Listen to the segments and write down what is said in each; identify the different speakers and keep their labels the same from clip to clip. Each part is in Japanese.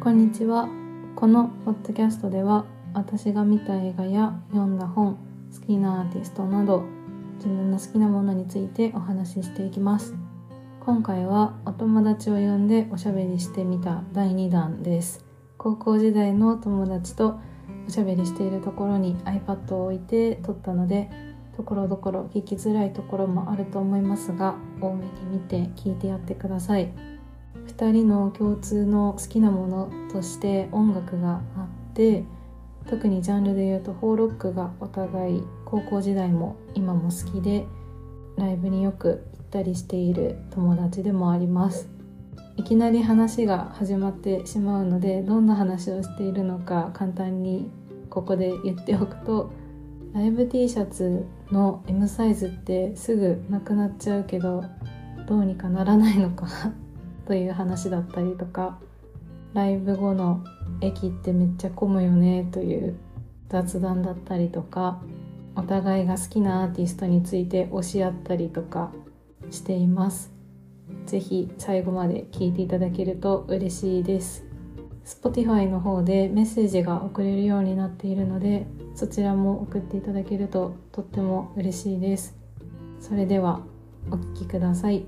Speaker 1: こんにちはこのポッドキャストでは私が見た映画や読んだ本好きなアーティストなど自分の好きなものについてお話ししていきます今回はお友達を呼んでおしゃべりしてみた第2弾です高校時代の友達とおしゃべりしているところに iPad を置いて撮ったのでところどころ聞きづらいところもあると思いますが多めに見て聞いてやってください2人の共通の好きなものとして音楽があって特にジャンルで言うとフォーロックがお互い高校時代も今も好きでライブによく行ったりしている友達でもありますいきなり話が始まってしまうのでどんな話をしているのか簡単にここで言っておくとライブ T シャツの M サイズってすぐなくなっちゃうけどどうにかならないのかという話だったりとかライブ後の駅ってめっちゃ混むよねという雑談だったりとかお互いが好きなアーティストについて推し合ったりとかしていますぜひ最後まで聞いていただけると嬉しいです Spotify の方でメッセージが送れるようになっているのでそちらも送っていただけるととっても嬉しいですそれではお聞きください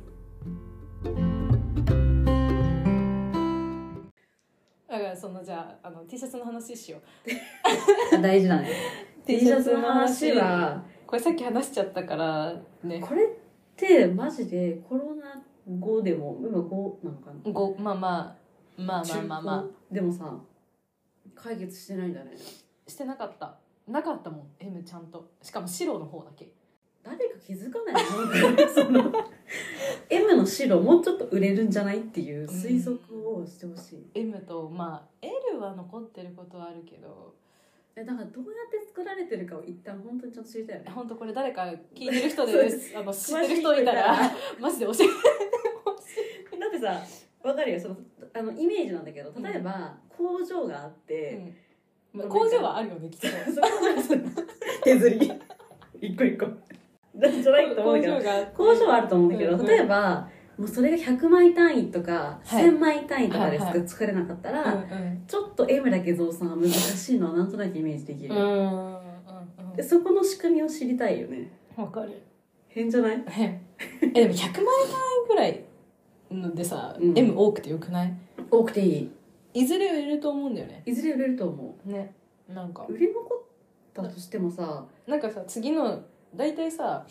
Speaker 1: だからそのじゃああの T シャツの話しよう
Speaker 2: 大事だね T シャツの話は
Speaker 1: これさっき話しちゃったからね
Speaker 2: これってマジでコロナ後でも今5なのかな
Speaker 1: ごまあまあまあまあまあま
Speaker 2: 中古でもさ解決してないんだね
Speaker 1: あしてなかったなかったもん M ちゃんとしかも白の方だけ
Speaker 2: 誰か気づかない のその M の白もうちょっと売れるんじゃないっていう推測をしてほしい
Speaker 1: M とまあ L は残ってることはあるけど
Speaker 2: えだからどうやって作られてるかを一旦本当にちょっと知りたいよね
Speaker 1: 本当これ誰か聞いてる人
Speaker 2: そう
Speaker 1: で
Speaker 2: です
Speaker 1: あの知って
Speaker 2: 詳
Speaker 1: る
Speaker 2: しい
Speaker 1: 人
Speaker 2: 人
Speaker 1: い
Speaker 2: い
Speaker 1: た
Speaker 2: たら
Speaker 1: らマジで教えてほしい
Speaker 2: だってさわかるよそのあのイメージなんだけど例えば工場があって、
Speaker 1: うんまあ工場はあるよねきっと
Speaker 2: そこなんですよ 手釣り一個一個じゃないと思うんだけど
Speaker 1: があって
Speaker 2: 工場はあると思うんだけど、
Speaker 1: うんうん
Speaker 2: 例えばもうそれが100枚単位とか、
Speaker 1: はい
Speaker 2: 1000枚単位とかで
Speaker 1: はいは
Speaker 2: 作れなかったら、
Speaker 1: うん
Speaker 2: ちょっと M だけ増産は難しいのはなんとなくイメージでき
Speaker 1: う
Speaker 2: る、
Speaker 1: んうんうん
Speaker 2: でそこの仕組みを知りたいよね
Speaker 1: うんわかる
Speaker 2: 変じゃない
Speaker 1: えでも100万単位ぐらいのでさ、
Speaker 2: うん
Speaker 1: M 多くてよくない
Speaker 2: 多くていい
Speaker 1: いずれ売れると思うんだよね
Speaker 2: いずれ売れると思
Speaker 1: ねなんか
Speaker 2: う売れ残ったとしてもさ
Speaker 1: なんかさ次の大体さ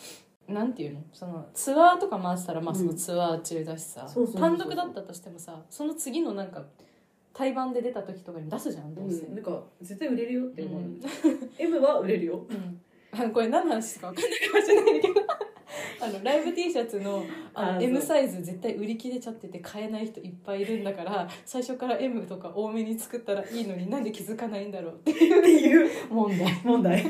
Speaker 1: なんていうのそのツアーとか回したらまあ
Speaker 2: うん
Speaker 1: そのツアー中だしさ、
Speaker 2: そうそうそうそう
Speaker 1: 単独だったとしてもさその次のなんか対バンで出た時とかに出すじゃんどうせ、
Speaker 2: なんか絶対売れるよって
Speaker 1: 思う
Speaker 2: M は売れるよ
Speaker 1: うんあのこれ何の話か分かんないかもしれないけど あのライブ T シャツのあ
Speaker 2: あ
Speaker 1: の
Speaker 2: ー
Speaker 1: M
Speaker 2: そう
Speaker 1: サイズ絶対売り切れちゃってて買えない人いっぱいいるんだから最初から M とか多めに作ったらいいのになんで気づかないんだろうって
Speaker 2: っていう
Speaker 1: 問 題
Speaker 2: 問題こ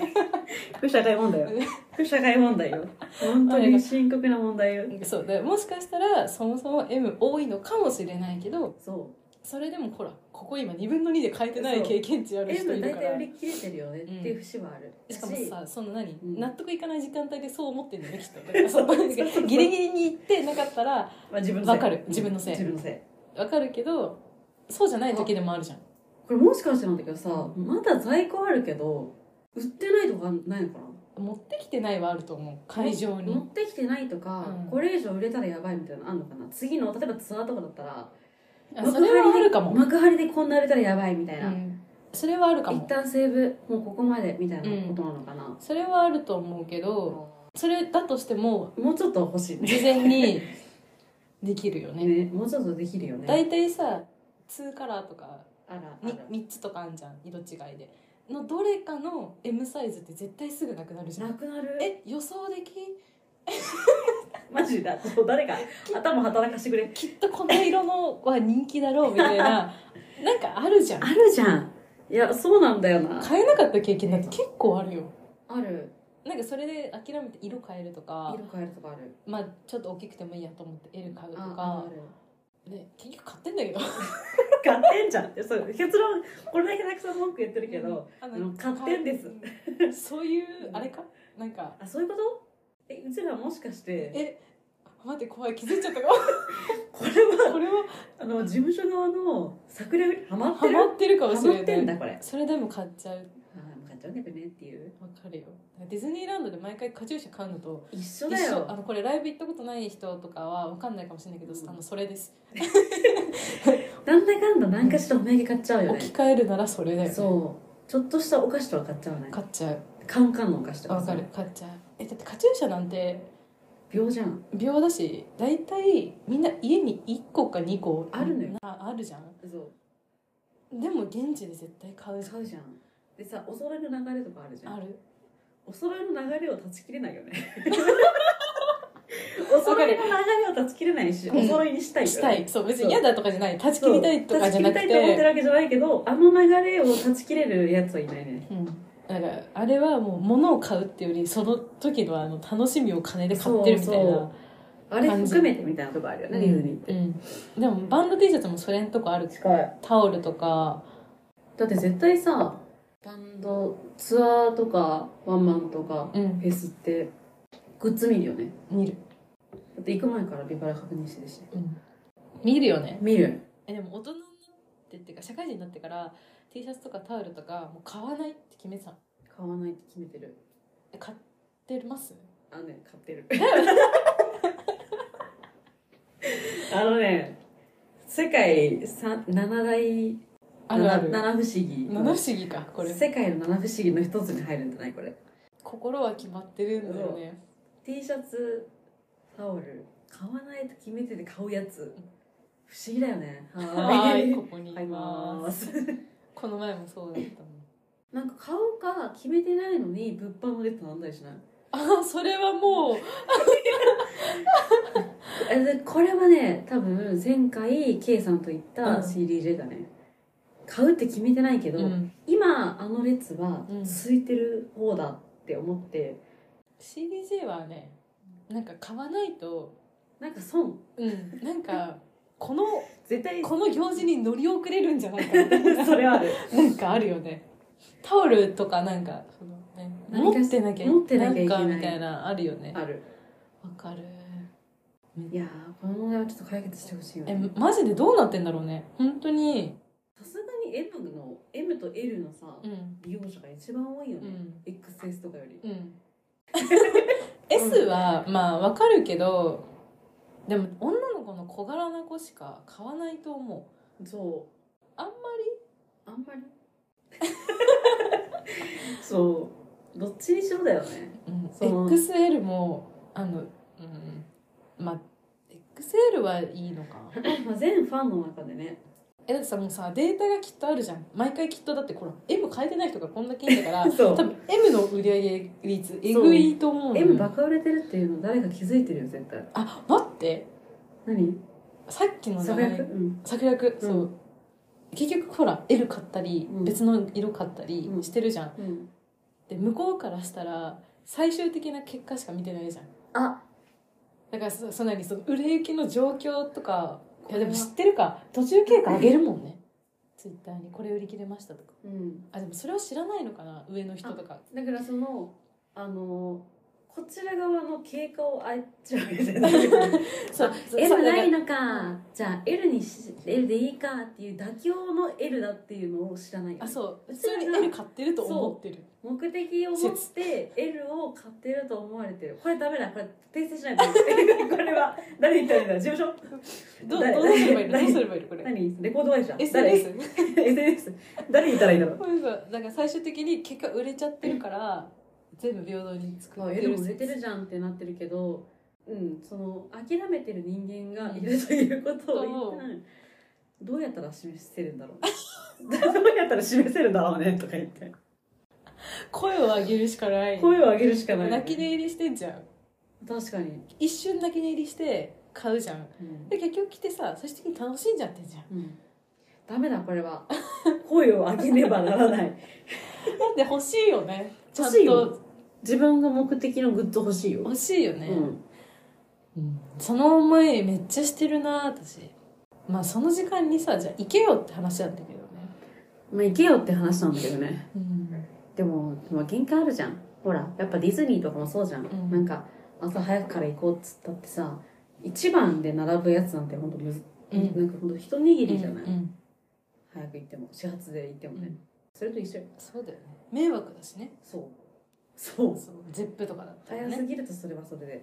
Speaker 2: れ社会問題 よこれ社会問題よ本当に深刻な問題よ
Speaker 1: そうでもしかしたらそもそも M 多いのかもしれないけど
Speaker 2: そ
Speaker 1: それでもほらここ今2分の2で買えてない経験値あ
Speaker 2: う
Speaker 1: る人
Speaker 2: M
Speaker 1: い
Speaker 2: 大
Speaker 1: るから
Speaker 2: 体売り切れてるよねっていう節はある、
Speaker 1: しかもさその何、
Speaker 2: うん
Speaker 1: 納得いかない時間帯でそう思ってんだよねきっとだからその ギリギリに行ってなかったら
Speaker 2: まあ、自分
Speaker 1: わかる自分のせい
Speaker 2: 自分のせい
Speaker 1: わかるけどそうじゃない時でもあるじゃん
Speaker 2: これもしかしてなんだけどさまだ在庫あるけど売ってないとかないのかな
Speaker 1: 持ってきてないはあると思う会場に、
Speaker 2: 持ってきてないとか、
Speaker 1: うん
Speaker 2: これ以上売れたらやばいみたいなのあんのかな次の例えばツアーとかだったら
Speaker 1: あそれはあるかも、
Speaker 2: 幕張でこんな売れたらやばいみたいうな、
Speaker 1: ん、それはあるか
Speaker 2: 一
Speaker 1: も
Speaker 2: 旦セーブもうここまでみたいなことなのかな、
Speaker 1: それはあると思うけどそれだとしても
Speaker 2: もうちょっと欲しいね
Speaker 1: 事前 にできるよね
Speaker 2: ねもうちょっとできるよね
Speaker 1: 大体さ2カラーとか
Speaker 2: あらあ
Speaker 1: に
Speaker 2: ら
Speaker 1: 3つとかあんじゃん色違いでのどれかの M サイズって絶対すぐなくなるじゃ
Speaker 2: なんくなる
Speaker 1: え予想でき
Speaker 2: マジだちょっと誰か頭働かしてくれ
Speaker 1: きっとこの色のは人気だろうみたい ななんかあるじゃん
Speaker 2: あるじゃんいやそうなんだよな
Speaker 1: 買えなかった経験だって結構あるよ
Speaker 2: ある
Speaker 1: なんかそれで諦めて色変えるとか
Speaker 2: 色変えるとかある
Speaker 1: まあちょっと大きくてもいいやと思って L 買うと
Speaker 2: あ
Speaker 1: か
Speaker 2: ある
Speaker 1: ね結局買ってんだけど
Speaker 2: 買ってんじゃんいやそう結論これだけたくさん文句言ってるけど
Speaker 1: あ
Speaker 2: あの買ってんです
Speaker 1: すそういうあれかなんか
Speaker 2: あそういうことえうちらもしかして
Speaker 1: え待って怖い気づいちゃったかも
Speaker 2: これは
Speaker 1: これは
Speaker 2: あの事務所側の策略にハマっ
Speaker 1: ハ
Speaker 2: てる
Speaker 1: マってるかも
Speaker 2: ハ
Speaker 1: し
Speaker 2: マっ
Speaker 1: れ
Speaker 2: てん
Speaker 1: ない
Speaker 2: だこれ
Speaker 1: それでも買っちゃう
Speaker 2: あーもう買っちゃうんだけどねっていう
Speaker 1: わかるよディズニーランドで毎回カチューシャ買うのと
Speaker 2: 一緒
Speaker 1: 一
Speaker 2: だ
Speaker 1: 緒あ
Speaker 2: よ
Speaker 1: のこれライブ行ったことない人とかはわかんないかもしれないけど、
Speaker 2: うん
Speaker 1: あのそれです
Speaker 2: なんだかんだ何かしらお土産買っちゃうよね
Speaker 1: 置き換えるならそれだよね
Speaker 2: そうちょっとしたお菓子とは買っちゃうね
Speaker 1: 買っちゃう
Speaker 2: カンカンのお菓子とか
Speaker 1: わ
Speaker 2: さ
Speaker 1: かる買っちゃうえだってカチューシャなんて
Speaker 2: 秒じゃん
Speaker 1: 秒だし大体みんな家に1個か2個
Speaker 2: あるのよ
Speaker 1: ああるじゃん
Speaker 2: そ
Speaker 1: でも現地で絶対買う
Speaker 2: う
Speaker 1: じ
Speaker 2: 買うじゃんでさお揃いの流れとかあるじ
Speaker 1: ゃ
Speaker 2: ゃ
Speaker 1: ん
Speaker 2: ん
Speaker 1: ある
Speaker 2: お揃いの流れを断ち切れない よねお揃いの流れを断ち切れないし、
Speaker 1: うん
Speaker 2: お揃いにしたいよね
Speaker 1: したいそう別
Speaker 2: そ
Speaker 1: に
Speaker 2: う
Speaker 1: 嫌だとかじゃない断ち切りたいとかじゃなく
Speaker 2: 断ち切りたいと思ってる
Speaker 1: て
Speaker 2: わけじゃないけどあの流れを断ち切れるやつはいないね
Speaker 1: うんだからあれはもう物を買うっていうよりその時のあの楽しみを金で買ってるみたいな
Speaker 2: そうあれ含めてみたいなとこあるよね、ディズニーって、
Speaker 1: うん、でもバンド T シャツもそれんとこある
Speaker 2: 近い
Speaker 1: タオルとか
Speaker 2: だって絶対さバンドツアーとかワンマンとか
Speaker 1: うん
Speaker 2: フェスってグッズ見るよね
Speaker 1: 見る、
Speaker 2: だって行く前からリバラ確認してるしね
Speaker 1: うん、見るよね
Speaker 2: 見る
Speaker 1: えでも大人になってっていうか社会人になってから T シャツとかタオルとかもう買わないって決めてたの
Speaker 2: 買わないって決めてる
Speaker 1: え買ってます
Speaker 2: あのね買ってる あのね世界三七大
Speaker 1: あるある
Speaker 2: 七不思議
Speaker 1: 七不思議かこれ
Speaker 2: 世界の七不思議の一つに入るんじゃないこれ
Speaker 1: 心は決まってるんだよね
Speaker 2: T シャツタオル買わないと決めてて買うやつ不思議だよね は
Speaker 1: は
Speaker 2: ー
Speaker 1: ーい
Speaker 2: い
Speaker 1: ここにい
Speaker 2: 買いま
Speaker 1: ます
Speaker 2: ーす
Speaker 1: この前もそうだったもん
Speaker 2: なんか買うか決めてないのに物販の列並んだりしない
Speaker 1: あー それはもう
Speaker 2: えでこれはね多分前回 K さんと行っ
Speaker 1: う
Speaker 2: た
Speaker 1: ん
Speaker 2: CDJ だね、買うって決めてないけど、
Speaker 1: うん
Speaker 2: 今あの列は
Speaker 1: うん
Speaker 2: 空いてる方だって思って、
Speaker 1: CDJ はねなんか買わないと
Speaker 2: なんか損
Speaker 1: うんなんかこの
Speaker 2: 絶対
Speaker 1: この行事に乗り遅れるんじゃないかみたいな
Speaker 2: それはある
Speaker 1: なんかあるよねタオルとかなんかその、ね、
Speaker 2: 何か
Speaker 1: 持ってなきゃ
Speaker 2: 持ってなきゃいけない
Speaker 1: んかみたい なあるよね
Speaker 2: ある
Speaker 1: わかる
Speaker 2: いやーこの問題はちょっと解決してほしいよ
Speaker 1: え
Speaker 2: ね
Speaker 1: マジでどうなってんだろうね本当に
Speaker 2: さすがに M の M と L のさ、
Speaker 1: うん
Speaker 2: 利用者が一番多いよ
Speaker 1: う
Speaker 2: ね、
Speaker 1: ん
Speaker 2: XS とかより
Speaker 1: うん S はまあわかるけどでも女の子の小柄な子しか買わないと思う
Speaker 2: そ
Speaker 1: あんま
Speaker 2: うあんまり そうどっちにしろだよね
Speaker 1: り、うん
Speaker 2: その
Speaker 1: XL もあのうんまあ XL はいいのか
Speaker 2: まあ全ファンの中でね
Speaker 1: えだってさもうさデータがきっとあるじゃん毎回きっとだってこれ M 変えてない人がこんだけいるんだから
Speaker 2: そ
Speaker 1: 多分 M の売り上げ率えぐいと思うのよ
Speaker 2: M バカ売れてるっていうの誰か気づいてるよ絶対
Speaker 1: あ待って
Speaker 2: 何
Speaker 1: さっきの
Speaker 2: そ
Speaker 1: 名
Speaker 2: れう
Speaker 1: 前
Speaker 2: ん
Speaker 1: 策略、
Speaker 2: うん
Speaker 1: そう結局ほら L 買ったり、
Speaker 2: うん
Speaker 1: 別の色買ったり
Speaker 2: うん
Speaker 1: してるじゃん、
Speaker 2: うん
Speaker 1: で向こうからしたら最終的な結果しか見てないじゃん
Speaker 2: あ
Speaker 1: だからそそんなにその売れ行きの状況とかいやでも知ってるか途中経過上げるもんねツイッターにこれ売り切れましたとか
Speaker 2: うん
Speaker 1: あでもそれを知らないのかな上の人とか
Speaker 2: だからそのあのこちら側の経過をあえちゃうみた いな
Speaker 1: そう、そう
Speaker 2: M
Speaker 1: だ
Speaker 2: な
Speaker 1: から
Speaker 2: いのかじゃあ L にし L でいいかっていう妥協の L だっていうのを知らないよね
Speaker 1: あ、そう、普
Speaker 2: 普通
Speaker 1: 通
Speaker 2: に
Speaker 1: に L 買ってると思ってる。
Speaker 2: 目的を持って L を買ってると思われてるこれダメだこれ訂正しないと これは誰に言ったらいいんだ事務所
Speaker 1: どう、
Speaker 2: 誰
Speaker 1: どうすればいいの、
Speaker 2: 誰
Speaker 1: どうすればいいの、これ。
Speaker 2: 何レコード会社
Speaker 1: S.
Speaker 2: 誰
Speaker 1: S.
Speaker 2: SNS 誰に言ったらいいんだろう
Speaker 1: だから最終的に結果売れちゃってるから、全部平等に作
Speaker 2: まあ、
Speaker 1: って
Speaker 2: 夜
Speaker 1: る
Speaker 2: も。寝てるじゃんってなってるけど、うん、その諦めてる人間がいるということを一旦どうやったら示せるんだろう どうやったら示せるんだろうねとか言って
Speaker 1: 声を上げるしかない。
Speaker 2: 声を上げるしかない
Speaker 1: 泣き寝入りしてんじゃん。
Speaker 2: 確かに、
Speaker 1: 一瞬泣き寝入りして、買うじゃん。
Speaker 2: うん
Speaker 1: で、結局来てさ、最終的に楽しんじゃってんじゃん。
Speaker 2: うんダメだこれは 声を上げねばならない
Speaker 1: なんで欲しいよね。ちゃん
Speaker 2: 欲しいよ
Speaker 1: と。
Speaker 2: 自分が目的のグッズ欲しいよ、
Speaker 1: 欲しいよね。
Speaker 2: うん、
Speaker 1: うんその思いめっちゃしてるな私まあその時間にさじゃあ行けよって話なんだけどね、
Speaker 2: まあ行けよって話なんだけどね
Speaker 1: うん、
Speaker 2: でも、まあ、限界あるじゃんほらやっぱディズニーとかもそうじゃん、
Speaker 1: うん
Speaker 2: なんか朝早くから行こうっつったってさ一番で並ぶやつなんて本当むず、
Speaker 3: うん
Speaker 2: なんか本当一握りじゃない、
Speaker 3: うんうん
Speaker 2: 早く行っても始発で行ってもね、
Speaker 1: うん
Speaker 2: それと一緒よ
Speaker 1: そうだよね迷惑だしね
Speaker 2: そうそう
Speaker 1: そうゼップとかだったら
Speaker 2: 早
Speaker 1: ね
Speaker 2: すぎるとそれはそれで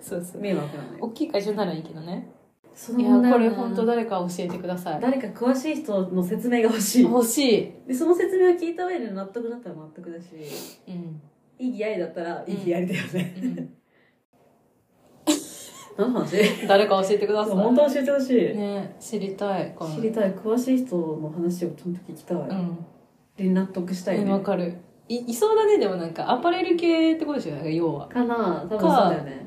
Speaker 1: そうそう
Speaker 2: 迷惑なのよ
Speaker 1: 大きい会社ならいいけどね
Speaker 2: そ
Speaker 1: い
Speaker 2: の
Speaker 1: や
Speaker 2: 問題
Speaker 1: こ
Speaker 2: はな
Speaker 1: れ本当誰か教えてください
Speaker 2: 誰か詳しい人の説明が欲しい
Speaker 1: 欲しい、
Speaker 2: でその説明を聞いた上で納得だったら納得だし
Speaker 1: うん
Speaker 2: 意義ありだったら
Speaker 1: うん
Speaker 2: 意義ありだよね、
Speaker 1: うん、
Speaker 2: 何の話
Speaker 1: 誰か教えてください
Speaker 2: 本当教えてほしい、
Speaker 1: ね知りたいこの
Speaker 2: 知りたい詳しい人の話をちゃんと聞きたい、
Speaker 1: うん
Speaker 2: で納得したい
Speaker 1: え
Speaker 2: ね
Speaker 1: わかるいいそうだねでもなんかアパレル系ってことでしょなんか要は
Speaker 2: かな多分そうだよね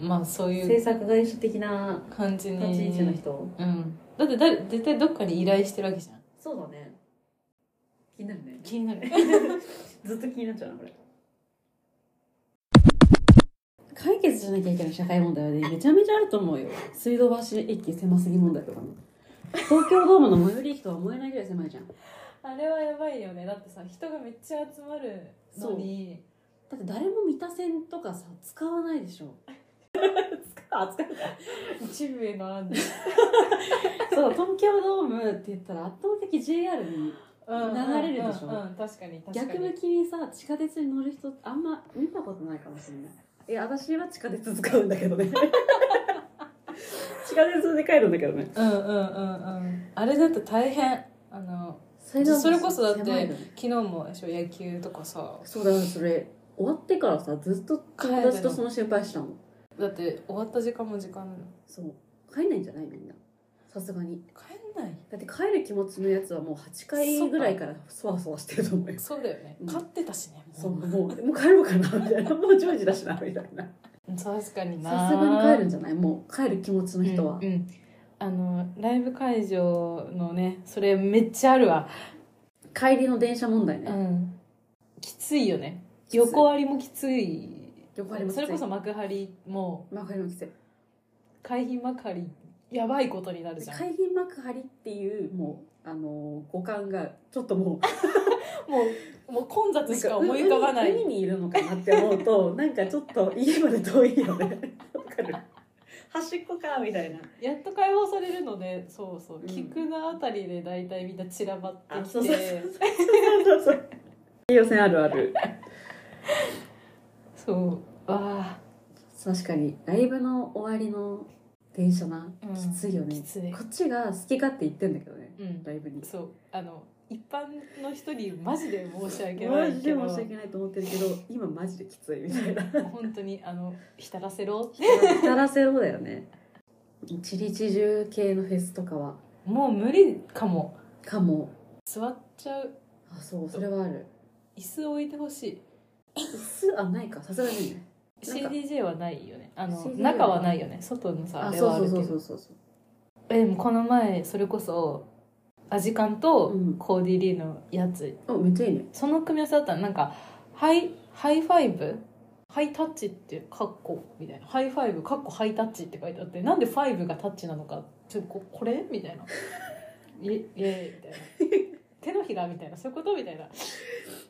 Speaker 1: まあそういう
Speaker 2: 制作会社的な
Speaker 1: 感じに
Speaker 2: 立ち位置の人
Speaker 1: うんだってだ絶対どっかに依頼してるわけじゃん
Speaker 2: そうだね気になるね
Speaker 1: 気になる
Speaker 2: ずっと気になっちゃうなこれ解決しなきゃいけない社会問題はねめちゃめちゃあると思うよ水道橋駅狭すぎ問題とかも東京ドームの最寄り駅とは思えないぐらい狭いじゃんだ
Speaker 1: あれはやばいよねだってさ人がめっちゃ集まるのに
Speaker 2: って誰も三田線とかさ使わないで しょ使う扱う
Speaker 1: 一部へ並ん で
Speaker 2: そう東京ドームって言ったら圧倒的 JR に流れるでしょ
Speaker 1: うんうんうん、確かに確かに
Speaker 2: 逆向きにさ地下鉄に乗る人あんま見たことないかもしれないいや私は地下鉄使うんだけどね 地下鉄で帰るんだけどね
Speaker 1: うんうんうんうんあれだと大変あの
Speaker 2: そ
Speaker 1: それこそだって
Speaker 2: 狭いの
Speaker 1: 昨日もでしょ野球とかさ
Speaker 2: そうだそれ終わってからさずっと友達とその心配したの
Speaker 1: だって終わった時間も時間なの
Speaker 2: そう帰んないんじゃないみんなさすがに
Speaker 1: 帰んない
Speaker 2: だって帰る気持ちのやつはもう8回ぐらいからそわそわしてると思うよ
Speaker 1: そうだよね
Speaker 2: うん
Speaker 1: 勝ってたしねもう
Speaker 2: そうもうもう帰ろうかなみたいなもう10時だしなみたいな
Speaker 1: 確かにな
Speaker 2: さすがに帰るんじゃないもう帰る気持ちの人は、
Speaker 1: うんうんあのライブ会場のねそれめっちゃあるわ
Speaker 2: 帰りの電車問題ね、
Speaker 1: うんきついよね
Speaker 2: きつい
Speaker 1: 横割りもきつい
Speaker 2: 横割りもきつい
Speaker 1: それこそ幕張も
Speaker 2: 幕張の季節
Speaker 1: 海浜幕張やばいことになるじゃん
Speaker 2: 海浜幕張っていうもうあのー五感がちょっともう
Speaker 1: もうもう混雑 しか思い浮
Speaker 2: な
Speaker 1: か
Speaker 2: ん
Speaker 1: ばない
Speaker 2: 海にいるのかなって思うとなんかちょっと家まで遠い よねわかる端っこかみたいな
Speaker 1: やっと解放されるのでそうそう、
Speaker 2: うん
Speaker 1: 菊のあたりで大体みんな散らばって
Speaker 2: あ
Speaker 1: き
Speaker 2: そうそうそう
Speaker 1: て
Speaker 2: そうそう予選あるある
Speaker 1: そうわあ
Speaker 2: 確かにライブの終わりの電車な、
Speaker 1: うん
Speaker 2: きついよね
Speaker 1: きつい
Speaker 2: こっちが好き勝手言ってんだけどね
Speaker 1: うん
Speaker 2: ライブに
Speaker 1: そうあの一般の人にマジで申し訳な
Speaker 2: マ
Speaker 1: い
Speaker 2: ジ
Speaker 1: け
Speaker 2: で
Speaker 1: ど
Speaker 2: 申し訳ないと思ってるけど今マジできついみたいな
Speaker 1: 本当にあの浸らせろ
Speaker 2: たらせろだよね一日中系のフェスとかは
Speaker 1: もう無理かも
Speaker 2: かも
Speaker 1: 座っちゃう
Speaker 2: あそうそれはある
Speaker 1: 椅子置いてほしい
Speaker 2: 椅子あないかさすがにねなんか
Speaker 1: CDJ はないよねあの
Speaker 2: CDJ
Speaker 1: 中はないよね外のさあ
Speaker 2: あ
Speaker 1: れ
Speaker 2: そ
Speaker 1: はあ
Speaker 2: う
Speaker 1: る
Speaker 2: そ
Speaker 1: け
Speaker 2: う
Speaker 1: ど
Speaker 2: そうそうそう
Speaker 1: えでもこの前それこそアジカンと
Speaker 2: うん
Speaker 1: コーディリーのやつ、
Speaker 2: そうあめっちゃいいね
Speaker 1: その組み合わせだったらなんかハイハイファイブハイタッチってカッコみたいなハイファイブカッコハイタッチって書いてあってなんでファイブがタッチなのかちょっとここれみたいな 「イエイエイ」みたいな「手のひら」みたいなそういうことみたいな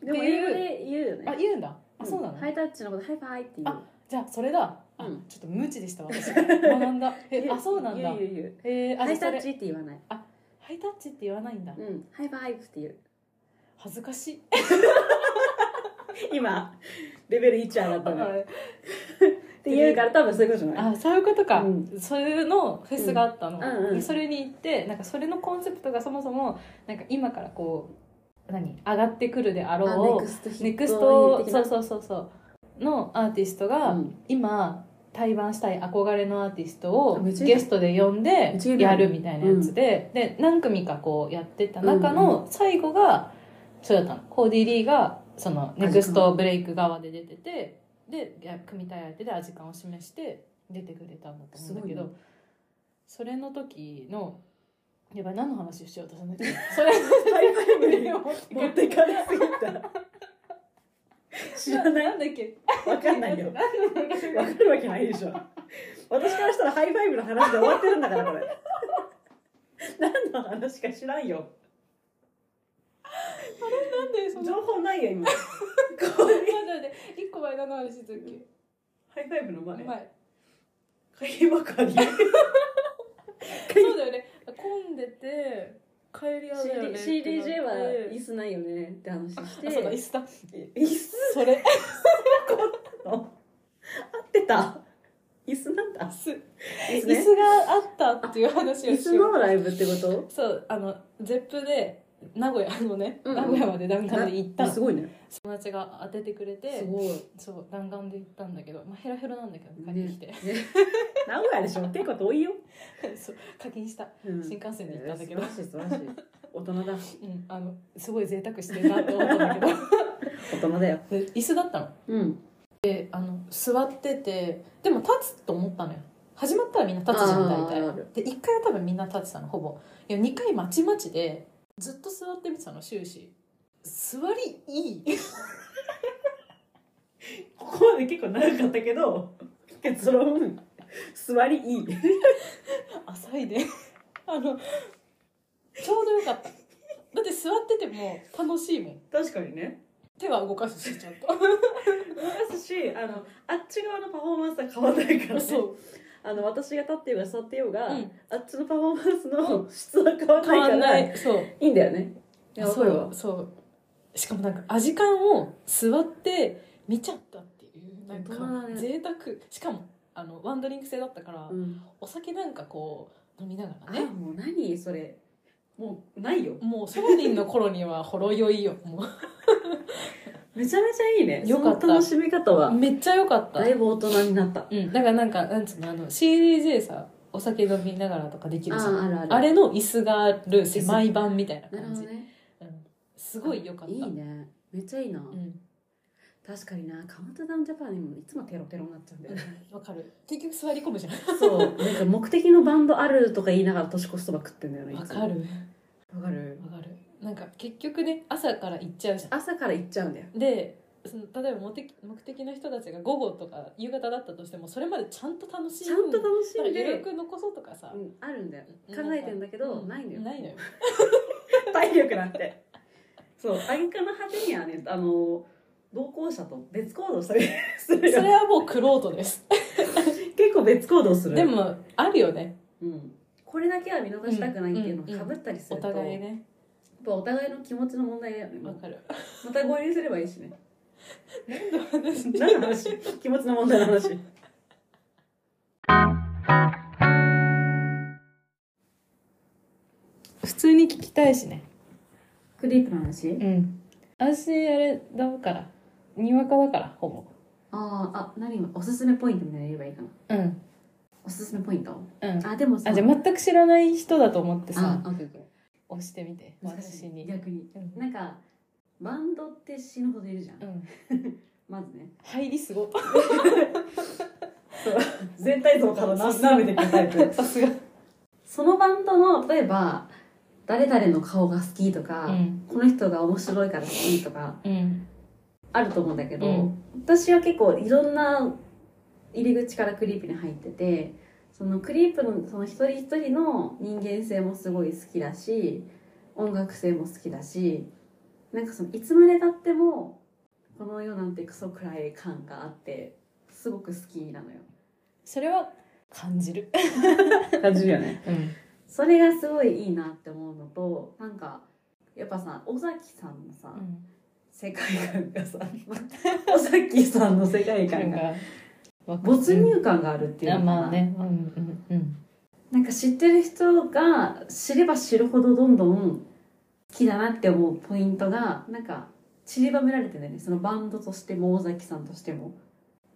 Speaker 2: でも
Speaker 1: っていう
Speaker 2: 英語で言うよね
Speaker 1: あ言うんだあそうなの、
Speaker 2: ハイタッチのことハイファイって言う
Speaker 1: じゃあそれだあ、
Speaker 2: うん
Speaker 1: ちょっと無知でした私学んだえ
Speaker 2: 言
Speaker 1: あそうなんだ
Speaker 2: 言う言う言う
Speaker 1: えー、あ
Speaker 2: ハ
Speaker 1: じゃあそ
Speaker 2: イタッ
Speaker 1: れ
Speaker 2: チって言わない
Speaker 1: ハイタッチって言わないんだ
Speaker 2: うんハイファイブって言う
Speaker 1: 恥ずかしい
Speaker 2: 今レベル1上がっ って
Speaker 1: 言う
Speaker 2: から多分そういうことじゃ
Speaker 1: あそういうことか、
Speaker 2: うん
Speaker 1: そういうのフェスがあったの、
Speaker 2: うんうんうん
Speaker 1: それに行ってなんかそれのコンセプトがそもそもなんか今からこう何上がってくるであろ
Speaker 2: ネクスト
Speaker 1: うネクスト
Speaker 2: 的
Speaker 1: そ
Speaker 2: な
Speaker 1: うそうそうそうのアーティストが、
Speaker 2: うん
Speaker 1: 今対バンしたい憧れのアーティストを
Speaker 2: あめっちゃいい
Speaker 1: ゲストで呼んで
Speaker 2: っちゃいいね
Speaker 1: やるみたいなやつで、で何組かこうやってた中
Speaker 2: うん
Speaker 1: の最後がそうだったのコーディ・リーがそのネクストブレイク側で出ててでいや組みたい相手でアジカンを示して出てくれたんだと思うんだけど、
Speaker 2: すごい
Speaker 1: それの時のやばい何の話をしようとしたん だっけそれの
Speaker 2: ハイファイブ
Speaker 1: 時
Speaker 2: に
Speaker 1: に
Speaker 2: 持
Speaker 1: 持ってくる
Speaker 2: ってかれすぎた知らない
Speaker 1: んだっけ
Speaker 2: わかんな いよ
Speaker 1: 何の話
Speaker 2: わかるわけないでしょ私からしたらハイファイブの話で終わってるんだからこれ何の話か知らんよ
Speaker 1: なんでその
Speaker 2: 情報ないよ今
Speaker 1: 待って待って一個前の話の時
Speaker 2: ハイファイブの
Speaker 1: 前
Speaker 2: 帰りばかり
Speaker 1: そうだよね混んでて帰り屋だよね
Speaker 2: CDJ は椅
Speaker 1: 子
Speaker 2: 子ないよねって話して
Speaker 1: そうだ椅子だ
Speaker 2: 椅子
Speaker 1: それ
Speaker 2: 合ってた椅子なんだ
Speaker 1: 椅子
Speaker 2: 椅
Speaker 1: 椅
Speaker 2: 子ね
Speaker 1: 子があったっていう話を
Speaker 2: 椅
Speaker 1: し
Speaker 2: 子
Speaker 1: よう
Speaker 2: のライブってこと
Speaker 1: そうあのゼップで名古屋のね、
Speaker 2: うん
Speaker 1: 名古屋まで弾丸で行ったの
Speaker 2: すごいね
Speaker 1: 友達が当ててくれ
Speaker 2: す
Speaker 1: て
Speaker 2: ごい
Speaker 1: そう弾丸で行ったんだけど、まあ、ヘラヘラなんだけど帰ってきて、
Speaker 2: 名古屋でしょ結構遠いよ、
Speaker 1: そう課金した
Speaker 2: うん
Speaker 1: 新幹線で行ったんだけど、
Speaker 2: しい素晴らしい大人だ
Speaker 1: うん、あのすごい贅沢してるなって思ったん だけど
Speaker 2: 大人だよ
Speaker 1: で椅子だったの
Speaker 2: うん
Speaker 1: であの座っててでも立つと思ったのよ始まったらみんな立つじゃん
Speaker 2: あー
Speaker 1: 大体
Speaker 2: ある
Speaker 1: で1回は多分みんな立ってたのほぼいや2回まちまちでずっと座ってみてたの終始座りいい
Speaker 2: ここまで結構長かったけど結論座りいい
Speaker 1: 浅いで あのちょうどよかっただって座ってても楽しいもん
Speaker 2: 確かにね
Speaker 1: 手は動かすしちゃん
Speaker 2: ですしあのあっち側のパフォーマンスは変わらないから、
Speaker 1: と
Speaker 2: ね、
Speaker 1: そう
Speaker 2: あの私が立ってようが座ってようが、
Speaker 1: うん
Speaker 2: あっちのパフォーマンスの質は変わらない
Speaker 1: 変
Speaker 2: か
Speaker 1: わ
Speaker 2: ら
Speaker 1: んないそう
Speaker 2: いいんだよね。いや、わか
Speaker 1: そ
Speaker 2: るわ
Speaker 1: う。そうしかもなんかアジカンを座って見ちゃったっていうなんか
Speaker 2: 大人だね
Speaker 1: 贅沢しかもあのワンドリンク制だったから、
Speaker 2: うん、
Speaker 1: お酒なんかこう飲みなが
Speaker 2: あ、
Speaker 1: らね
Speaker 2: もう何それ。もうないよ。
Speaker 1: もうソーディンの頃にはほろ酔いよも
Speaker 2: めちゃめちゃいいね。
Speaker 1: よかった
Speaker 2: その楽しみ方
Speaker 1: う
Speaker 2: は。
Speaker 1: めっちゃ良かった、
Speaker 2: だいぶ大人になった。
Speaker 1: うん、だからなんかなんつうのあの CDJ さお酒飲みながらとかできるじゃんあ
Speaker 2: あるあ
Speaker 1: れの椅子がある狭い版みたいな
Speaker 2: なる
Speaker 1: 感
Speaker 2: ほど
Speaker 1: じ、
Speaker 2: ね。
Speaker 1: うん、すごい良かった
Speaker 2: いいね。めっちゃいいな。
Speaker 1: うん
Speaker 2: 確かにな、カウントダウンジャパンにもいつもテロテロになっちゃうんだ よね。
Speaker 1: わかる結局座り込むじゃん
Speaker 2: そう。なんか目的のバンドあるとか言いながら年越しそば食ってんだよね。いつも
Speaker 1: わか。る
Speaker 2: わかる。
Speaker 1: わかるなんか結局ね朝から行っちゃうじゃ
Speaker 2: 朝から行っちゃうんだよ。
Speaker 1: んでその例えば目的目的の人たちが午後とか夕方だったとしてもそれまでちゃんと楽しい
Speaker 2: ちゃんと楽しん
Speaker 1: 余
Speaker 2: で。
Speaker 1: 力残そうとかさ、
Speaker 2: うん、あるんだよ。考
Speaker 1: なんか
Speaker 2: えてんだけど、
Speaker 1: うん
Speaker 2: ないのよ。
Speaker 1: ないのよ
Speaker 2: 体力なんてそう挙句の果てにはねあの同行者と別行動したりする
Speaker 1: そ
Speaker 2: よ
Speaker 1: れはもうクロートです
Speaker 2: 結構別行動する
Speaker 1: で、もあるよね
Speaker 2: うん、これだけは見逃したくないっていうのをかぶったりす
Speaker 1: お
Speaker 2: ると、
Speaker 1: 互い
Speaker 2: やっ
Speaker 1: ね
Speaker 2: ぱお互いの気持ちの問題だよね
Speaker 1: わかる
Speaker 2: また合流すればいいしね
Speaker 1: 何の話
Speaker 2: 何の話気持ちの問題の話
Speaker 1: 普通に聞きたいしね
Speaker 2: クリープの話
Speaker 1: うん私あれだからにわかだからほぼ
Speaker 2: あーあ何おすすめポイントみたいなの言えばいいかな
Speaker 1: うん
Speaker 2: おすすめポイント
Speaker 1: うん
Speaker 2: あでもさ
Speaker 1: あじゃあ全く知らない人だと思ってさ
Speaker 2: あオッケーオッケー
Speaker 1: 押してみて
Speaker 2: 難し
Speaker 1: 私
Speaker 2: い
Speaker 1: に
Speaker 2: 逆に
Speaker 1: うん
Speaker 2: なんかバンドって死ぬほどいるじゃん、
Speaker 1: うん
Speaker 2: まずね
Speaker 1: 入りすご
Speaker 2: 全体像からな舐めていくタイ プ
Speaker 1: さすが
Speaker 2: そのバンドの例えば誰々の顔が好きとか、
Speaker 1: うん
Speaker 2: この人が面白いから好きとか
Speaker 1: うん
Speaker 2: あると思うんだけど、
Speaker 1: うん
Speaker 2: 私は結構いろんな入り口からクリープに入っててそのクリープのその一人一人の人間性もすごい好きだし音楽性も好きだしなんかそのいつまでたってもこの世なんてクソ暗い感があってすごく好きなのよ。
Speaker 1: それは感じる
Speaker 2: 感じるよね。
Speaker 1: うん
Speaker 2: それがすごいいいなって思うのとなんかやっぱさ尾崎さんのさ、世界観がさ 尾崎さんの世界観が
Speaker 1: なんか
Speaker 2: 没入感があるっていう
Speaker 1: あ
Speaker 2: のかな,、
Speaker 1: まあねうんうんうん
Speaker 2: なんか知ってる人が知れば知るほどどんどん好きだなって思うポイントがなんか散りばめられてんだよねそのバンドとしても尾崎さんとしても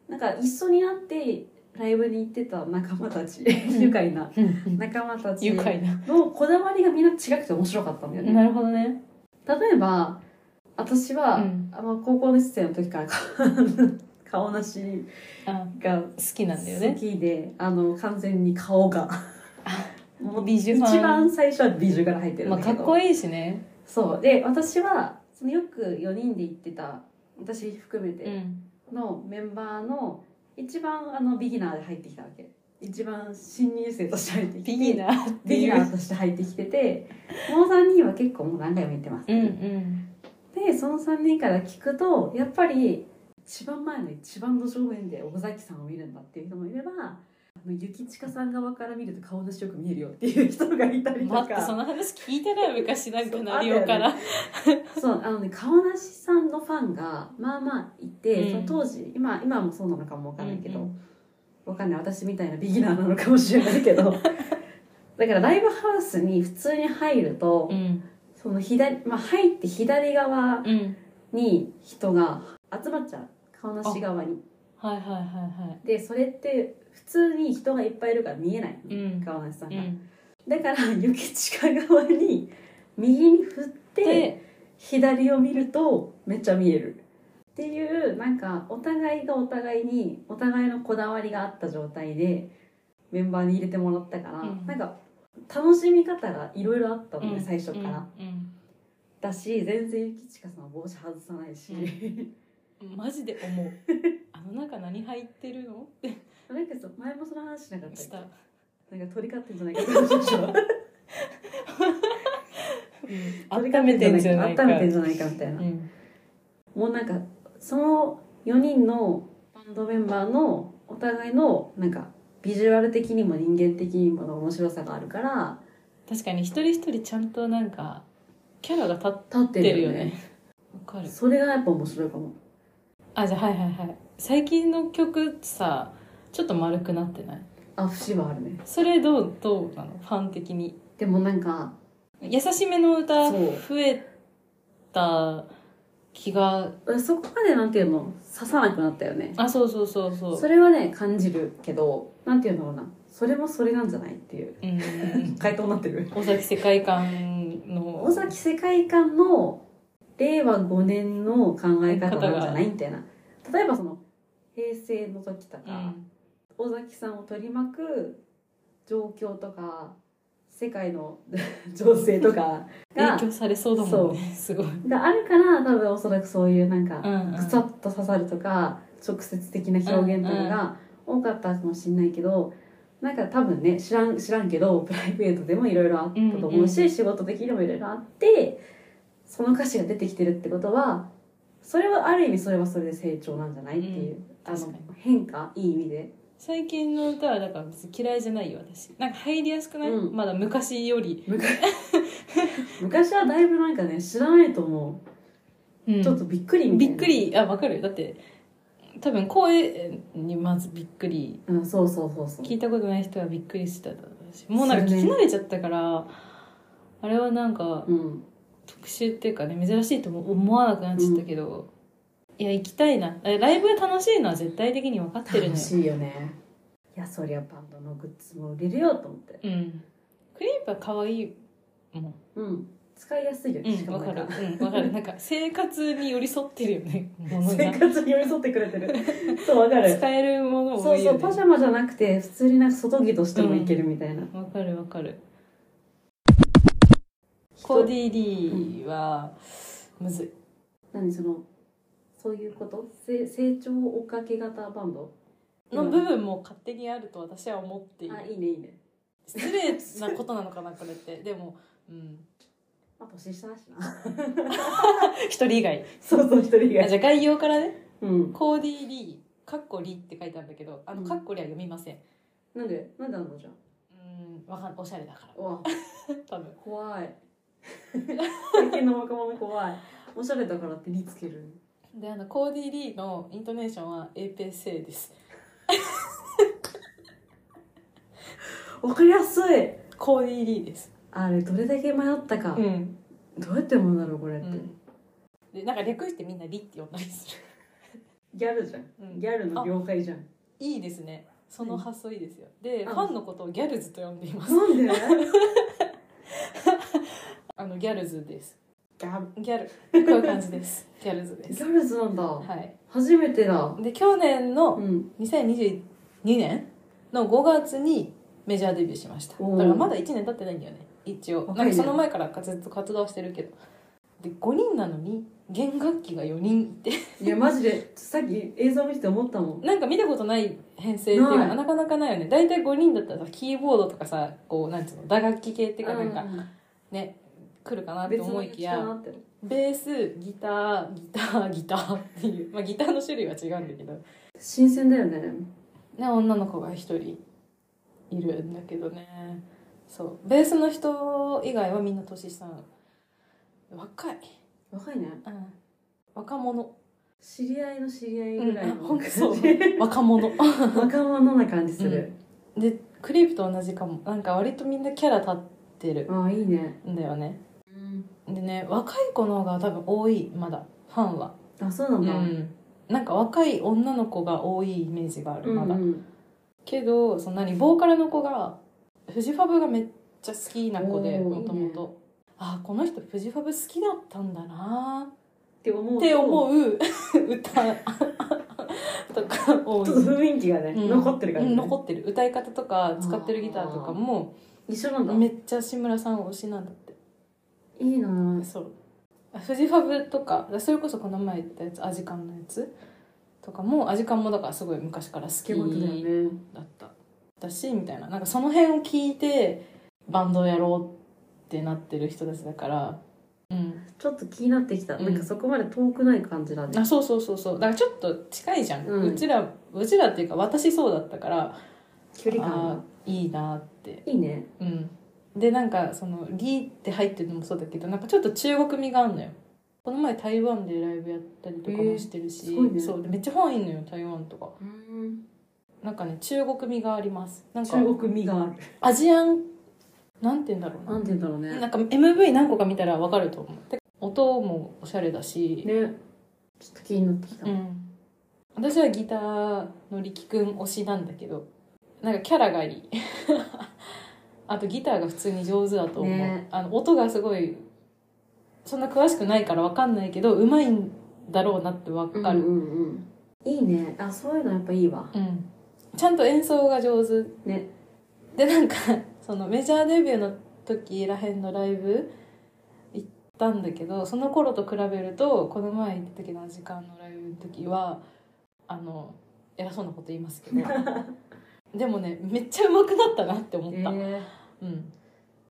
Speaker 2: なんか一緒になってライブに行ってた仲間たち愉 快な
Speaker 1: うん
Speaker 2: 仲間たち
Speaker 1: 愉快な
Speaker 2: のこだわりがみんな違くて面白かったんだよね、
Speaker 1: るほどね
Speaker 2: 例えば私は、
Speaker 1: うん
Speaker 2: あの高校の生の時から 顔顔なし
Speaker 1: あ
Speaker 2: が
Speaker 1: 好きなんだよ
Speaker 2: 好
Speaker 1: ね
Speaker 2: きで、あの完全に顔がもう
Speaker 1: 美女
Speaker 2: 一
Speaker 1: ファン
Speaker 2: 番最初は美女から入ってるん
Speaker 1: まあ
Speaker 2: だけど、
Speaker 1: かっこいいしね
Speaker 2: そうで私はそのよく4人で行ってた私含め
Speaker 1: う
Speaker 2: て
Speaker 1: ん
Speaker 2: のメンバーの一番あのビギナーで入ってきたわけ一番新入生として入ってきて
Speaker 1: ビギナーって
Speaker 2: ビギ
Speaker 1: い
Speaker 2: ナー
Speaker 1: う
Speaker 2: として入ってきててもう3人は結構もう何回も行ってます、
Speaker 1: うんうん
Speaker 2: でその3人から聞くとやっぱり一番前の一番の正面で尾崎さんを見るんだっていう人もいればのゆきちかさん側から見ると顔なしよく見えるよっていう人がいたりとか
Speaker 1: 待ってその話聞いてない昔なんかなりおから、
Speaker 2: そうあのね顔なしさんのファンがまあまあいて、
Speaker 1: うん
Speaker 2: その当時今今もそうなのかもわかんないけど、
Speaker 1: う
Speaker 2: わ
Speaker 1: ん
Speaker 2: かんない私みたいなビギナーなのかもしれない けどだからライブハウスに普通に入ると、
Speaker 1: ん
Speaker 2: その左、まあ、入って左側
Speaker 1: うん、
Speaker 2: に人が集まっちゃう顔なし側に
Speaker 1: はいはいはいは
Speaker 2: でそれって普通に人がいっぱいいるから見えない、
Speaker 1: いうん
Speaker 2: 顔なしさん
Speaker 1: う
Speaker 2: が、
Speaker 1: ん
Speaker 2: だからゆきちか側に右に振って
Speaker 1: で
Speaker 2: 左を見るとめっちゃ見えるっていうなんかお互いがお互いにお互いのこだわりがあった状態でメンバーに入れてもらったから、
Speaker 1: うん
Speaker 2: なんか楽しみ方がいろいろあったので、
Speaker 1: うん
Speaker 2: 最初から、
Speaker 1: うん
Speaker 2: だし全然ゆきちかさんは帽子外さないし、
Speaker 1: ううんマジで思 うあの中何入ってるのって
Speaker 2: なんかそう前もその話しなかったっ
Speaker 1: し
Speaker 2: け
Speaker 1: た、
Speaker 2: なんか鳥飼ってんじゃないかって話でしょ
Speaker 1: うん、 温めてんじゃないか
Speaker 2: 温めてんじゃないかみたいな、
Speaker 1: うん
Speaker 2: もうなんかその4人のバンドメンバーのお互いのなんかビジュアル的にも人間的にもの面白さがあるから
Speaker 1: 確かに一人一人ちゃんとなんかキャラが立っ
Speaker 2: 立って
Speaker 1: て
Speaker 2: る
Speaker 1: るよ
Speaker 2: よね
Speaker 1: ねわかる
Speaker 2: それがやっぱ面白いかも
Speaker 1: あじゃあはいはいはい最近の曲さちょっと丸くなってない
Speaker 2: あ節はあるね
Speaker 1: それどうどうなのファン的に
Speaker 2: でもなんか
Speaker 1: 優しめの歌
Speaker 2: そう
Speaker 1: 増えた気が
Speaker 2: そこまでなんていうの刺さなくなったよね
Speaker 1: あそうそうそうそう
Speaker 2: それはね感じるけどなんていうんだろうなそれもそれなんじゃないっていう
Speaker 1: うん
Speaker 2: 回答になってる
Speaker 1: 尾崎世界観の
Speaker 2: 尾崎世界観の令和5年の考え方なんじゃないみたいな例えばその平成の時と
Speaker 1: う
Speaker 2: か、
Speaker 1: ん
Speaker 2: 尾崎さんを取り巻く状況とか世界の 情勢とかが
Speaker 1: 影響されそうだもんねすごい、
Speaker 2: があるから多分おそらくそういうなん
Speaker 1: う
Speaker 2: か
Speaker 1: んうん、
Speaker 2: ぐさっと刺さるとか直接的な表現とかが多かったかもしれないけど。なんか多分ね知らん知らんけどプライベートでもいろいろあったと思うし、
Speaker 1: うん
Speaker 2: 仕事的にもいろいろあってその歌詞が出てきてるってことはそれはある意味それはそれで成長なんじゃないっていう、あ
Speaker 1: 確
Speaker 2: の
Speaker 1: かに
Speaker 2: 変化いい意味で
Speaker 1: 最近の歌はだから別に嫌いじゃないよ私なんか入りやすくない、
Speaker 2: うん
Speaker 1: まだ昔より、
Speaker 2: 昔昔はだいぶなんかね知らないと思う、ちょっとびっくりみたい
Speaker 1: び
Speaker 2: な
Speaker 1: っく、りあわかるだって多分声にまずびっくり
Speaker 2: うん、そうそうそうそう
Speaker 1: 聞いたことない人はびっくりしてただろうしもうなんか
Speaker 2: そう
Speaker 1: 聞
Speaker 2: ね
Speaker 1: き慣れちゃったから、あれはなんか
Speaker 2: うん、
Speaker 1: 特殊っていうかね珍しいとも思わなくなっちゃったけど、いや行きたいなえライブが楽しいのは絶対的に分かってる
Speaker 2: 楽
Speaker 1: ね
Speaker 2: しいよねいやそりゃバンドのグッズも売れるよと思って
Speaker 1: うんクリープは可愛いもん
Speaker 2: うん使いやすいよ
Speaker 1: う
Speaker 2: ね、し
Speaker 1: ん
Speaker 2: かも
Speaker 1: わか
Speaker 2: なんか
Speaker 1: るうんわかるなんか生活に寄り添ってるよねもの
Speaker 2: 生
Speaker 1: が
Speaker 2: 活に寄り添ってくれてる そうわかる
Speaker 1: 使えるもの
Speaker 2: そ
Speaker 1: も
Speaker 2: う
Speaker 1: いい
Speaker 2: そ
Speaker 1: よ
Speaker 2: う
Speaker 1: ね
Speaker 2: パジャマじゃなくて普通になんか外着としてもいけるみたいな、
Speaker 1: わかるわかる
Speaker 2: 人
Speaker 1: コーディリーはむずい
Speaker 2: 何そのそういうことせ成長追っかけ型バンド
Speaker 1: の部分も勝手にあると私は思っている
Speaker 2: あいいねいいね
Speaker 1: 失礼なことなのかなこれって でも、うん、
Speaker 2: まあ年下だしな
Speaker 1: 一人以外
Speaker 2: そうそう一人以
Speaker 1: あじゃあ概要からね
Speaker 2: うん
Speaker 1: コーディリーカッコリーって書いてあるんだけどあの
Speaker 2: うん
Speaker 1: カッコリーは読みません
Speaker 2: なんでなんでなのじゃん
Speaker 1: うんわかんおしゃれだか
Speaker 2: うわ
Speaker 1: ら多分
Speaker 2: 怖 い最近の若者怖いおしゃれだからって「り」つける
Speaker 1: であのコーディリーのイントネーションは APC です
Speaker 2: わかりやすい
Speaker 1: コーディリーです
Speaker 2: あれどれだけ迷ったか、
Speaker 1: ん、
Speaker 2: どうやって思うんだろうこれっ
Speaker 1: う
Speaker 2: て、
Speaker 1: ん、でなんか略してみんなリって呼んだりする、
Speaker 2: ギャルじゃん
Speaker 1: うん
Speaker 2: ギャルの業界じゃん
Speaker 1: いいですねその発想いいですよで
Speaker 2: う
Speaker 1: フ
Speaker 2: ん
Speaker 1: ァンのことをギャルズと呼んでい ます
Speaker 2: なんで
Speaker 1: あのギャルズです
Speaker 2: ギャ
Speaker 1: ギャルこういう感じです ギャルズで
Speaker 2: ギ
Speaker 1: す
Speaker 2: ャルズなんだ
Speaker 1: はい
Speaker 2: 初めてだ
Speaker 1: で去年の
Speaker 2: うん
Speaker 1: 2022年の5月にメジャーデビューしました
Speaker 2: おー
Speaker 1: だからまだ1年経ってないんだよね一応
Speaker 2: 若
Speaker 1: ないん
Speaker 2: ね
Speaker 1: かその前からずっと活動はしてるけどで5人なのに弦楽器が4人いて
Speaker 2: いやマジでさっき映像見てて思ったもん
Speaker 1: なんか見たことない編成っていうか
Speaker 2: ない
Speaker 1: なかなかないよね大体5人だったらさキーボードとかさこうなんつうの打楽器系っていうかなんか
Speaker 2: う
Speaker 1: ね来るかなんと
Speaker 2: 別の
Speaker 1: 思いきや
Speaker 2: 人だなって
Speaker 1: ベースギターギター ギターっていうまあギターの種類は違うんだけど
Speaker 2: 新鮮だよね
Speaker 1: ね女の子が一人いるんだけどねそうベースの人以外はみんな年下なの若い、
Speaker 2: 若いね
Speaker 1: うん、若者
Speaker 2: 知り合いの知り合いぐらいの
Speaker 1: うんあそう
Speaker 2: 感じ
Speaker 1: 若者
Speaker 2: 若者な感じする、
Speaker 1: でクリープと同じかもなんか割とみんなキャラ立ってる
Speaker 2: ああいいね、
Speaker 1: んだよね
Speaker 2: うん、
Speaker 1: でね若い子の方が多分多いまだファンは
Speaker 2: あそうなんだ、
Speaker 1: うんなんか若い女の子が多いイメージがあるまだ、
Speaker 2: うんうん
Speaker 1: けどその何ボーカルの子がフジファブがめっちゃ好きな子で
Speaker 2: おー
Speaker 1: もと
Speaker 2: いい
Speaker 1: も
Speaker 2: ね
Speaker 1: とあーこの人フジファブ好きだったんだな
Speaker 2: って思
Speaker 1: ー
Speaker 2: うと
Speaker 1: って思う 歌とか多い
Speaker 2: ちょっと雰囲気がね、
Speaker 1: うん
Speaker 2: 残ってる感じ、
Speaker 1: うん
Speaker 2: ね
Speaker 1: 残ってる歌い方とか使ってるギターとかも
Speaker 2: 一緒なんだ
Speaker 1: めっちゃ志村さん推しなんだって
Speaker 2: いいなぁ
Speaker 1: そうフジファブとかそれこそこの前言ったやつアジカンのやつとかもアジカンもだからすごい昔から好
Speaker 2: ス
Speaker 1: き
Speaker 2: ケボーだよね
Speaker 1: だっただしみたいななんかその辺を聞いてバンドをやろうってなってる人たちだからうん
Speaker 2: ちょっと気になってきた、
Speaker 1: うん
Speaker 2: なんかそこまで遠くない感じだね
Speaker 1: あそうそうそうそうだからちょっと近いじゃん、う
Speaker 2: うん
Speaker 1: ちらうちらっていうか私そうだったから
Speaker 2: 距離感
Speaker 1: あ
Speaker 2: が
Speaker 1: ーいいなって
Speaker 2: いいね
Speaker 1: うんでなんかその「リー」って入ってるのもそうだけどなんかちょっと中国味があるのよこの前台湾でライブやったりとかもしてるし、
Speaker 2: えーすごいね
Speaker 1: そうでめっちゃファンいんのよ台湾とかなんかね中国味がありますなんか
Speaker 2: 国味がある
Speaker 1: アジアンなんて言うんだろうな
Speaker 2: なんて言うんだろうね
Speaker 1: なんか MV 何個か見たら分かると思うてか音もおしゃれだし、
Speaker 2: ねちょっと気になってきた、
Speaker 1: うん、私はギターの力くん推しなんだけどなんかキャラがいい あとギターが普通に上手だと思う、
Speaker 2: ね
Speaker 1: あの音がすごいそんな詳しくないから分かんないけどうまいんだろうなって分かる、
Speaker 2: うんうんうんいいねあそういうのやっぱいいわ
Speaker 1: うんちゃんと演奏が上手
Speaker 2: ね
Speaker 1: でなんか そのメジャーデビューの時らへんのライブ行ったんだけどその頃と比べるとこの前行った時の時間のライブの時はあの偉そうなこと言いますけ どでもねめっちゃ上手くなったなって思った、
Speaker 2: え
Speaker 1: うん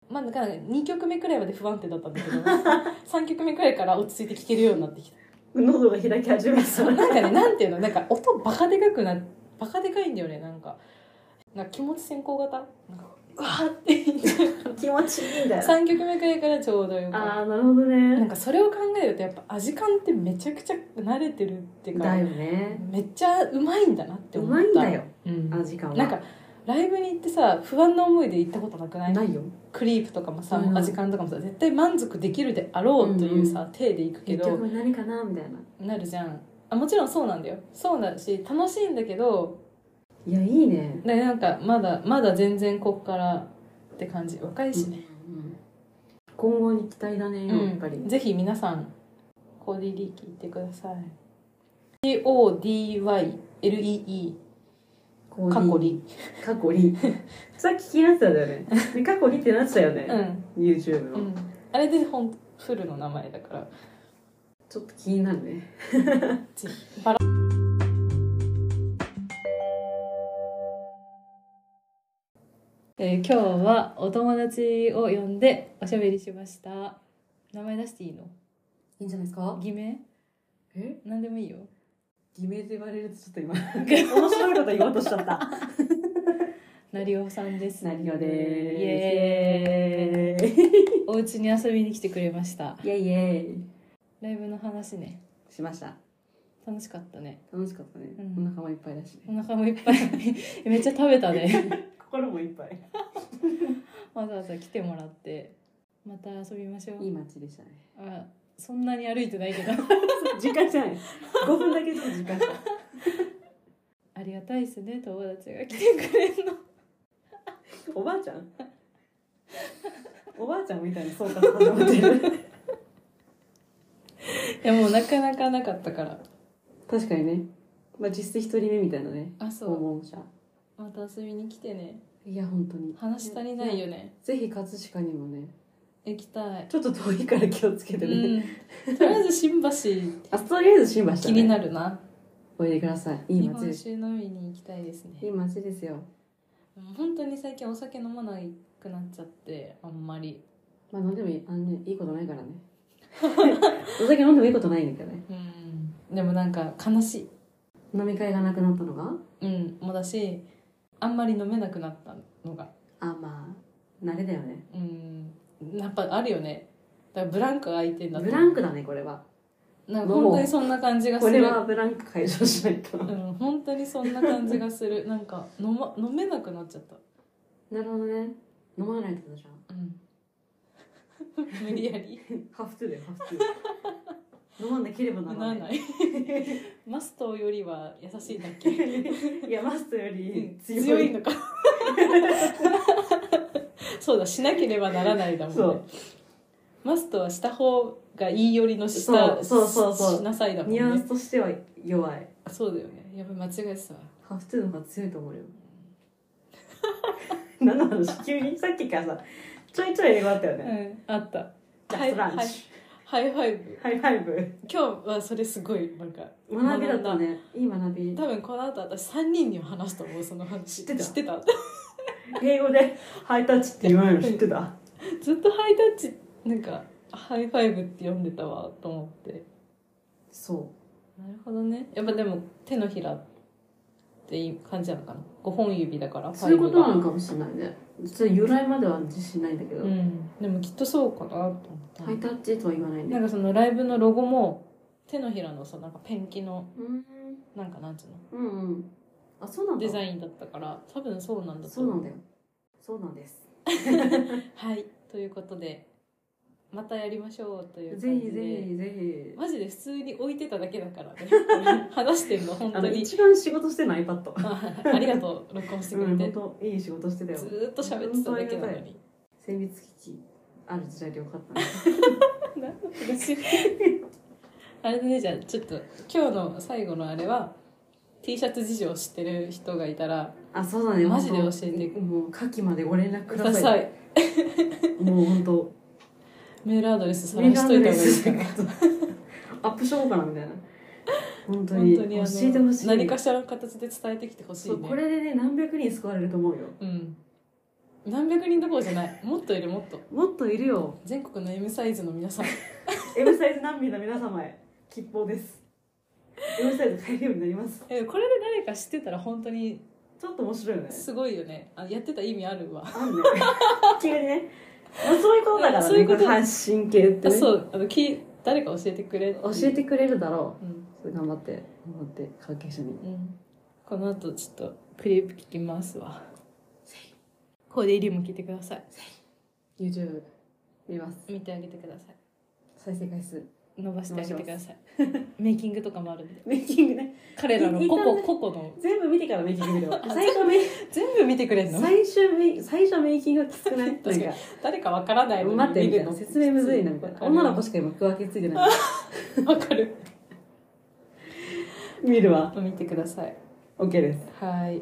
Speaker 1: まあだから2曲目くらいまで不安定だったんだけど3 曲目くらいから落ち着いて聴けるようになってきた
Speaker 2: ー、喉が開き始めた
Speaker 1: そうなんかねなんていうのなんか音バカでかくなバカでかいんだよねなんかなんか気持ち先行型なんかうわーって言って
Speaker 2: 気持ちいいんだよ
Speaker 1: 3曲目くらいからちょうどよ
Speaker 2: あ
Speaker 1: かっ
Speaker 2: あなるほど
Speaker 1: たなん
Speaker 2: ね
Speaker 1: かそれを考えるとやっぱ味感ってめちゃくちゃ慣れてるっていう
Speaker 2: だ
Speaker 1: か
Speaker 2: よね
Speaker 1: めっちゃうまいんだなって
Speaker 2: う
Speaker 1: 思
Speaker 2: ま
Speaker 1: っ
Speaker 2: いん
Speaker 1: た
Speaker 2: だよ
Speaker 1: うん
Speaker 2: あ時間は
Speaker 1: なんかライブに行ってさ不安な思いで行ったことなくない
Speaker 2: ないよ
Speaker 1: クリープとかもさ、
Speaker 2: うん
Speaker 1: 味感とかもさ絶対満足できるであろうというさ、体で行くけ
Speaker 2: 結
Speaker 1: ど
Speaker 2: 局何かなみたいな
Speaker 1: なるじゃんあもちろんそうなんだよそうだし楽しいんだけど
Speaker 2: いやいいね
Speaker 1: だなんかまだまだ全然こっからって感じ若いしね、
Speaker 2: 今後に期待だねやっぱり、
Speaker 1: ぜひ皆さんコーディリー聞いてください CODYLEE
Speaker 2: こう
Speaker 1: カコリ
Speaker 2: 過去に さっき聞きなってたんだよ ねで過去にってなってたよね
Speaker 1: う、ん、
Speaker 2: YouTube の、
Speaker 1: うん、あれでほんフルの名前だから
Speaker 2: ちょっと気になるね
Speaker 1: ぜひえー今日はお友達を呼んでおしゃべりしました名前出していいの
Speaker 2: いいんじゃないですか
Speaker 1: 偽名
Speaker 2: え
Speaker 1: 何でもいいよ
Speaker 2: 偽名と言われるとちょっと今 面白いこと言おうとしちゃった
Speaker 1: なりおさんです
Speaker 2: なりおで
Speaker 1: イエーイ
Speaker 2: ーすイエ
Speaker 1: イお家に遊びに来てくれました
Speaker 2: ーイイエイ
Speaker 1: ライブの話ね
Speaker 2: しました
Speaker 1: 楽しかったね
Speaker 2: 楽しかったね、
Speaker 1: うん
Speaker 2: お腹もいっぱいだしね
Speaker 1: お腹もいっぱい めっちゃ食べた ね
Speaker 2: 心もいっぱい
Speaker 1: わざわざ来てもらってまた遊びましょう
Speaker 2: いい街でしたね
Speaker 1: あそんなに歩いてない けど
Speaker 2: 時間じゃない5分だけちょっと時間した
Speaker 1: ありがたいですね友達が来てくれるの
Speaker 2: おばあちゃんおばあちゃんみたいなそうかと思ってる
Speaker 1: いやもうなかなかなかったから
Speaker 2: 確かにね、まあ、実質一人目みたいなね
Speaker 1: あそ
Speaker 2: 訪問者
Speaker 1: また遊びに来てね
Speaker 2: いや本当に
Speaker 1: 話足りないよね
Speaker 2: ぜひ葛飾にもね
Speaker 1: 行きたい、
Speaker 2: ちょっと遠いから気をつけて
Speaker 1: う
Speaker 2: ね、
Speaker 1: ん、 とりあえず新橋
Speaker 2: あとりあえず新橋だ、ね、
Speaker 1: 気になるな
Speaker 2: おいでくださいいい
Speaker 1: 日
Speaker 2: 街
Speaker 1: 本
Speaker 2: です
Speaker 1: 酒飲みに行きたいです
Speaker 2: い
Speaker 1: ね
Speaker 2: い街ですよ
Speaker 1: 本当に最近お酒飲まなくなっちゃってあんまり
Speaker 2: まあ飲んでもいいあのねいいことないから ねお酒飲んでもいいことないんだけどね
Speaker 1: うんでもなんか悲しい
Speaker 2: 飲み会がなくなったのが
Speaker 1: うんもだしあんまり飲めなくなったのが
Speaker 2: あまあ慣れだよね
Speaker 1: うんやっぱあるよねだからブランクが空いてんだ
Speaker 2: ブランクだねこれは
Speaker 1: なんか本当にそんな感じがす
Speaker 2: こ
Speaker 1: る
Speaker 2: れはブランク解消しないと
Speaker 1: うん、本当にそんな感じがす るなんか飲,、ま、飲めなくなっちゃった、
Speaker 2: なるほどね飲まないとだじゃん
Speaker 1: う ん、無理やり
Speaker 2: ハーフトゥーだよハーフトゥー 飲まなければな
Speaker 1: な
Speaker 2: らな
Speaker 1: らな
Speaker 2: い
Speaker 1: いマストよりは優しいだっけ
Speaker 2: いやマストより強い,、
Speaker 1: 強いのか そうだしなければならないだもんね
Speaker 2: そう
Speaker 1: マストはした方がいいよりのした
Speaker 2: そうそうそうそう
Speaker 1: しなさいだもん
Speaker 2: ニュアン
Speaker 1: ね
Speaker 2: スとしては弱い
Speaker 1: そうだよねやべ間違えてたわ
Speaker 2: ハーフトゥーの方が強いと思うよ 何の話急 にさっきからさちょいちょい英語あったよ
Speaker 1: う
Speaker 2: ね、
Speaker 1: んあった
Speaker 2: ジャストランチ、
Speaker 1: ハイファイブ
Speaker 2: ハイファイブ
Speaker 1: 今日はそれすごいなんか
Speaker 2: 学びだったねいい学び
Speaker 1: 多分この後私3人には話すと思うその話
Speaker 2: 知ってた
Speaker 1: 知ってた
Speaker 2: 英語でハイタッチって言わないの知ってた
Speaker 1: ずっとハイタッチなんかハイファイブって呼んでたわと思って
Speaker 2: そ
Speaker 1: なるほどねやっぱでも手のひらっていう感じなのかな5本指だから
Speaker 2: うそういうことな
Speaker 1: ファイ
Speaker 2: のかもしれないねちょっと由来までは自信ないんだけど、
Speaker 1: ブがうんでもきっとそうかなと思った、
Speaker 2: ハイタッチとは言わない
Speaker 1: なん
Speaker 2: ね
Speaker 1: かそのライブのロゴも手のひらのさなんかペンキの
Speaker 2: うん
Speaker 1: なんかなんつうの
Speaker 2: うんうんあそうなんだ
Speaker 1: デザインだったから多分そうなんだと
Speaker 2: そう
Speaker 1: 思
Speaker 2: なんだよそうなんです
Speaker 1: はいということでまたやりましょうという
Speaker 2: ぜ
Speaker 1: 感じ
Speaker 2: ひ
Speaker 1: で
Speaker 2: ぜひぜひ
Speaker 1: マジで普通に置いてただけだからね 話してんの本当
Speaker 2: あの
Speaker 1: に
Speaker 2: 一番仕事してない iPad
Speaker 1: あありがとう録音してく
Speaker 2: う
Speaker 1: れ
Speaker 2: ん
Speaker 1: て、
Speaker 2: 本当いい仕事してたよ
Speaker 1: ずーっと喋ってただけなのに
Speaker 2: 精密機器ある時代でよかったね
Speaker 1: 私あれでねじゃあちょっと今日の最後のあれは T シャツ事情を知ってる人がいたら
Speaker 2: あそうだね
Speaker 1: マジで
Speaker 2: 本
Speaker 1: 教えて
Speaker 2: 当もう夏季までご連絡
Speaker 1: く
Speaker 2: く
Speaker 1: だ
Speaker 2: だ
Speaker 1: さい
Speaker 2: さいもう本当
Speaker 1: メールアドレス探
Speaker 2: メール
Speaker 1: し
Speaker 2: ア
Speaker 1: と
Speaker 2: ド
Speaker 1: いた
Speaker 2: レ
Speaker 1: 方がいい
Speaker 2: ス
Speaker 1: かな
Speaker 2: アップしようかなみたいな本当
Speaker 1: 本
Speaker 2: に
Speaker 1: 当にあ
Speaker 2: 教えてほし
Speaker 1: の
Speaker 2: い
Speaker 1: 何かしらの形で伝えてきてほしい
Speaker 2: そ
Speaker 1: ね
Speaker 2: うこれでね何百人救われると思うよ
Speaker 1: うん何百人どころじゃないもっといるもっと
Speaker 2: もっといるよ
Speaker 1: 全国の M サイズの皆さ ん
Speaker 2: M サイズ難民の皆様へ吉報です M サイズ買えるようになります
Speaker 1: えこれで誰か知ってたら本当に
Speaker 2: ちょっと面白いよね
Speaker 1: すごいよねあやってた意味あるわ
Speaker 2: あんね 急にね、まあ、そういうことだからね
Speaker 1: そういうこと
Speaker 2: れ発信系って
Speaker 1: あ
Speaker 2: ね
Speaker 1: そうあのき誰か教えてくれ
Speaker 2: 教えてくれるだろ
Speaker 1: うん、
Speaker 2: うそれ頑張って頑張って関係者に
Speaker 1: うん、この後ちょっとクリップ聞きますわコーデイリウム聞いてください
Speaker 2: YouTube 見ます
Speaker 1: 見てあげてくださ
Speaker 2: 再生回数
Speaker 1: い伸ばしてあげてくださいメイキングとかもあるんで
Speaker 2: メイキングね
Speaker 1: 彼らの
Speaker 2: いい
Speaker 1: 個
Speaker 2: 感
Speaker 1: 々
Speaker 2: じ
Speaker 1: 個々の
Speaker 2: 全部見てからメイキング見るわ最初メイ
Speaker 1: 全部見てくれんの
Speaker 2: 最初メイ最初メイキングはきつくない
Speaker 1: 確か誰かわからない
Speaker 2: なん
Speaker 1: のに
Speaker 2: か待って
Speaker 1: 見
Speaker 2: みた
Speaker 1: る
Speaker 2: い
Speaker 1: の
Speaker 2: な説明むずいなみたいな女の子しか今区分けついてない
Speaker 1: わかる
Speaker 2: 見るわ
Speaker 1: 見てください
Speaker 2: OK です
Speaker 1: はい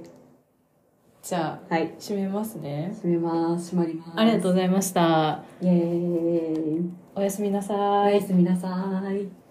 Speaker 1: じゃあ
Speaker 2: はい
Speaker 1: 締めますね
Speaker 2: 閉めます閉まります
Speaker 1: ありがとうございました
Speaker 2: イエーイ
Speaker 1: おやすみなさい、
Speaker 2: おやすみなさーい